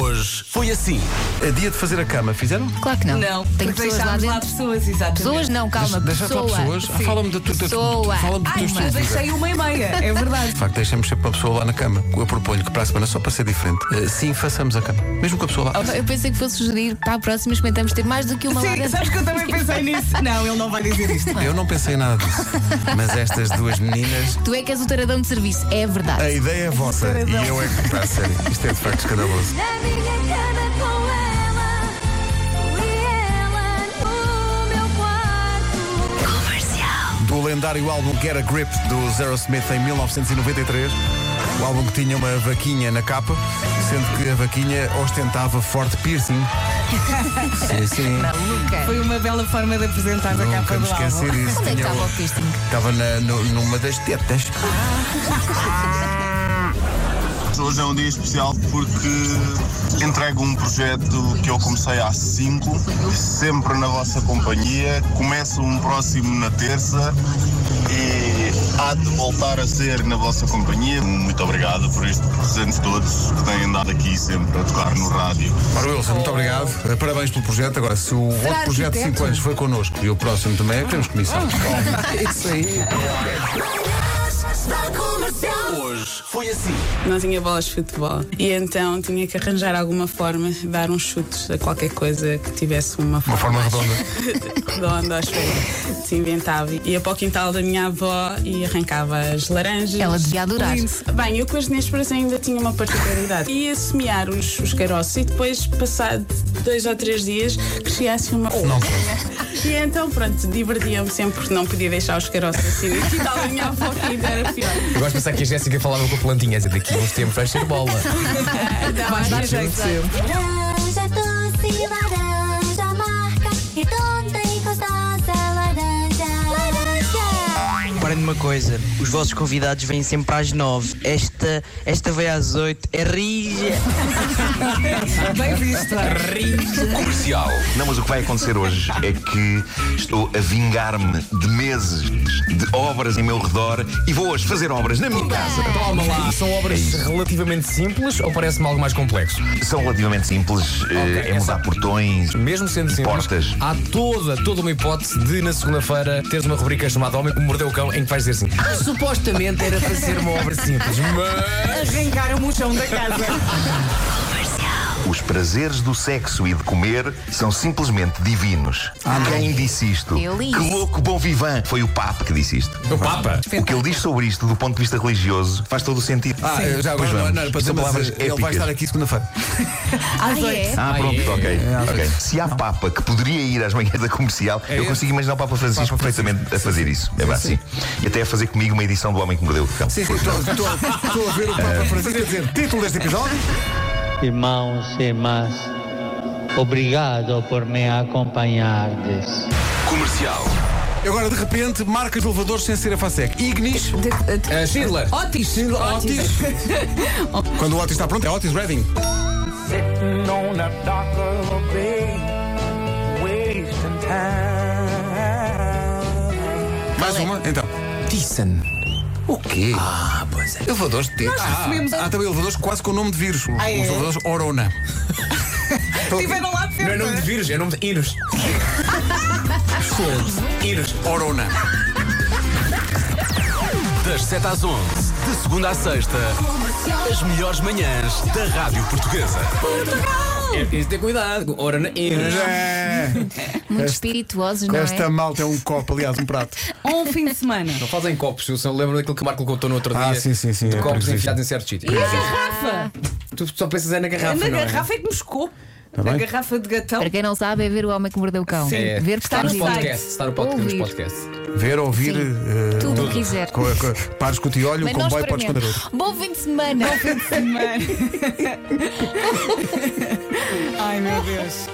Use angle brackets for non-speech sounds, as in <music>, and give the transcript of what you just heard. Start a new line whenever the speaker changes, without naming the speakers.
Hoje foi assim. A dia de fazer a cama, fizeram?
Claro que não.
Não,
Tem
porque
pessoas lá
deixámos lá
dentro.
pessoas, exatamente.
Pessoas não, calma.
Deixa- deixaste lá
pessoa.
pessoas? Ah,
Sim.
fala-me da tua- da tua-
Pessoa.
fala-me dos
Ai,
teus
mas
filhos.
Ah, deixei uma e meia, é verdade.
De facto, deixamos sempre uma pessoa lá na cama. Eu proponho que para a semana, só para ser diferente, eh, sim, façamos a cama. Mesmo com a pessoa lá.
Eu pensei que fosse sugerir para a próxima experimentamos ter mais do que <laughs> uma lá
Sim,
dentro.
sabes que
<laughs>
eu também pensei nisso. Não, ele não vai dizer isto.
Eu não pensei nada disso. Mas estas duas meninas.
Tu é que és o taradão de serviço, é verdade.
A ideia é vossa e eu é que está a sério. Isto é de facto escandaloso.
Na minha cama com ela, e ela no meu quarto. Comercial.
Do lendário álbum Get a Grip do Zero Smith em 1993. O álbum que tinha uma vaquinha na capa, sendo que a vaquinha ostentava forte piercing. Sim, sim.
Maluca.
Foi uma bela forma de apresentar a
Nunca
capa
me
do
esqueci
álbum.
disso.
Onde é que
Tinha
estava
o-
o piercing?
Estava na- no- numa das tetas.
Hoje é um dia especial porque entrego um projeto que eu comecei às 5, sempre na vossa companhia. Começo um próximo na terça e há de voltar a ser na vossa companhia. Muito obrigado por estes anos todos que têm andado aqui sempre a tocar no rádio.
Ora, Wilson, muito obrigado. Eh, Parabéns pelo projeto. Agora, se o outro projeto de 5 anos foi connosco e o próximo também, é que temos comissão. <laughs> É Isso aí.
Manhãs da comercial.
Não tinha bolas de futebol e então tinha que arranjar alguma forma de dar uns chutes a qualquer coisa que tivesse uma
Uma <laughs>
forma
forma redonda.
redonda, acho eu, que se inventava. Ia para o quintal da minha avó e arrancava as laranjas.
Ela devia adorar.
Lindo. Bem, eu com as Nésperas ainda tinha uma particularidade. Ia semear os, os caroços e depois, passado dois ou três dias, crescia assim uma
Não.
E então, pronto, divertia-me sempre porque não podia deixar os caroços assim. no quintal da minha avó que ainda era pior.
Eu gosto de pensar que a Jéssica falava com a plantinha, assim, daqui a uns tempos vai ser bola.
Vai dar jeito.
Laranja doce, laranja amarga, redonda e gostosa, laranja. Laranja.
Reparem numa coisa, os vossos convidados vêm sempre às nove. Esta, esta veio às oito. É rija.
<laughs> Bem visto.
comercial. Não, mas o que vai acontecer hoje é que estou a vingar-me de meses de obras em meu redor e vou hoje fazer obras na minha casa.
Toma lá! É São obras relativamente simples ou parece-me algo mais complexo?
São relativamente simples, eh,
Ok,
é mudar
essa-
portões.
Mesmo sendo simples,
Portas.
há toda, toda uma hipótese de na segunda-feira teres uma rubrica chamada Homem que Mordeu o Cão em que vais dizer assim "Ah, Supostamente era para ser uma obra simples, mas...
Arrancaram-me o chão da casa.
Os prazeres do sexo e de comer são simplesmente divinos. Quem disse isto?
Eu li
Que
isso.
louco bom vivan! Foi o Papa que disse isto.
O Papa!
O que ele diz sobre isto, do ponto de vista religioso, faz todo o sentido.
Ah, eh, já agora
Pois
não,
vamos.
não era para dizer,
São
mas
palavras
eh, ele vai
épicas.
estar aqui segunda-feira.
Às
Ah,
oito.
é?
Ah, pronto, ok.
às
ok. Se há Papa que poderia ir às manhãs da comercial, eu
esse?
consigo imaginar o Papa Francisco
Papa
perfeitamente a fazer isso. É verdade, sim. E até a fazer comigo uma edição do Homem que Mordeu o Cão.
Sim, sim, estou estou a ver o
<laughs>
Papa Francisco
É
a dizer título deste episódio.
irmãos e irmãs, obrigado por me acompanhardes.
Comercial.
Agora, de repente, marcas de elevadores sem ser a FASEC. Ignis.
Ah, Schindler!
Ótis.
Otis. Quando o Otis está pronto, é Otis Redding. Mais uma, então.
Tyson!
O quê? Ah, pois é. Elevadores de tetas. Ah, há também elevadores quase com o nome de vírus.
é?
Os elevadores Orona.
Tiveram lá de
Não é nome de
sempre.
vírus, é nome de Inos.
Ires Orona.
Das 7 às 11, de segunda à sexta, as melhores manhãs da Rádio Portuguesa.
É preciso ter cuidado, ora na Inos.
É.
Muito espirituosos, não
Esta
é?
malta é um copo, aliás, um prato.
Ou um fim de semana.
Não fazem copos, eu só lembro daquilo que o Marco contou no outro
Ah,
dia.
sim, sim, sim,
De
é
copos
prejuízo.
enfiados em certos sítios.
E a garrafa?
Tu só pensas é na garrafa.
Na
não é? Tá
garrafa é que moscou.
bem.
Na garrafa de gatão.
Para quem não sabe, é ver o homem que mordeu o cão.
Sim.
É,
Ver que
está
está,
no
vivo.
podcast. Está no podcast, nos
Ouvir.
podcasts.
Ver, ouvir.
Sim,
eh,
tudo o que quiser.
Co, co, pares com o tiolho, o
Mas não
comboio podes esconder outro.
experimente. Bom fim de semana.
Ai meu Deus.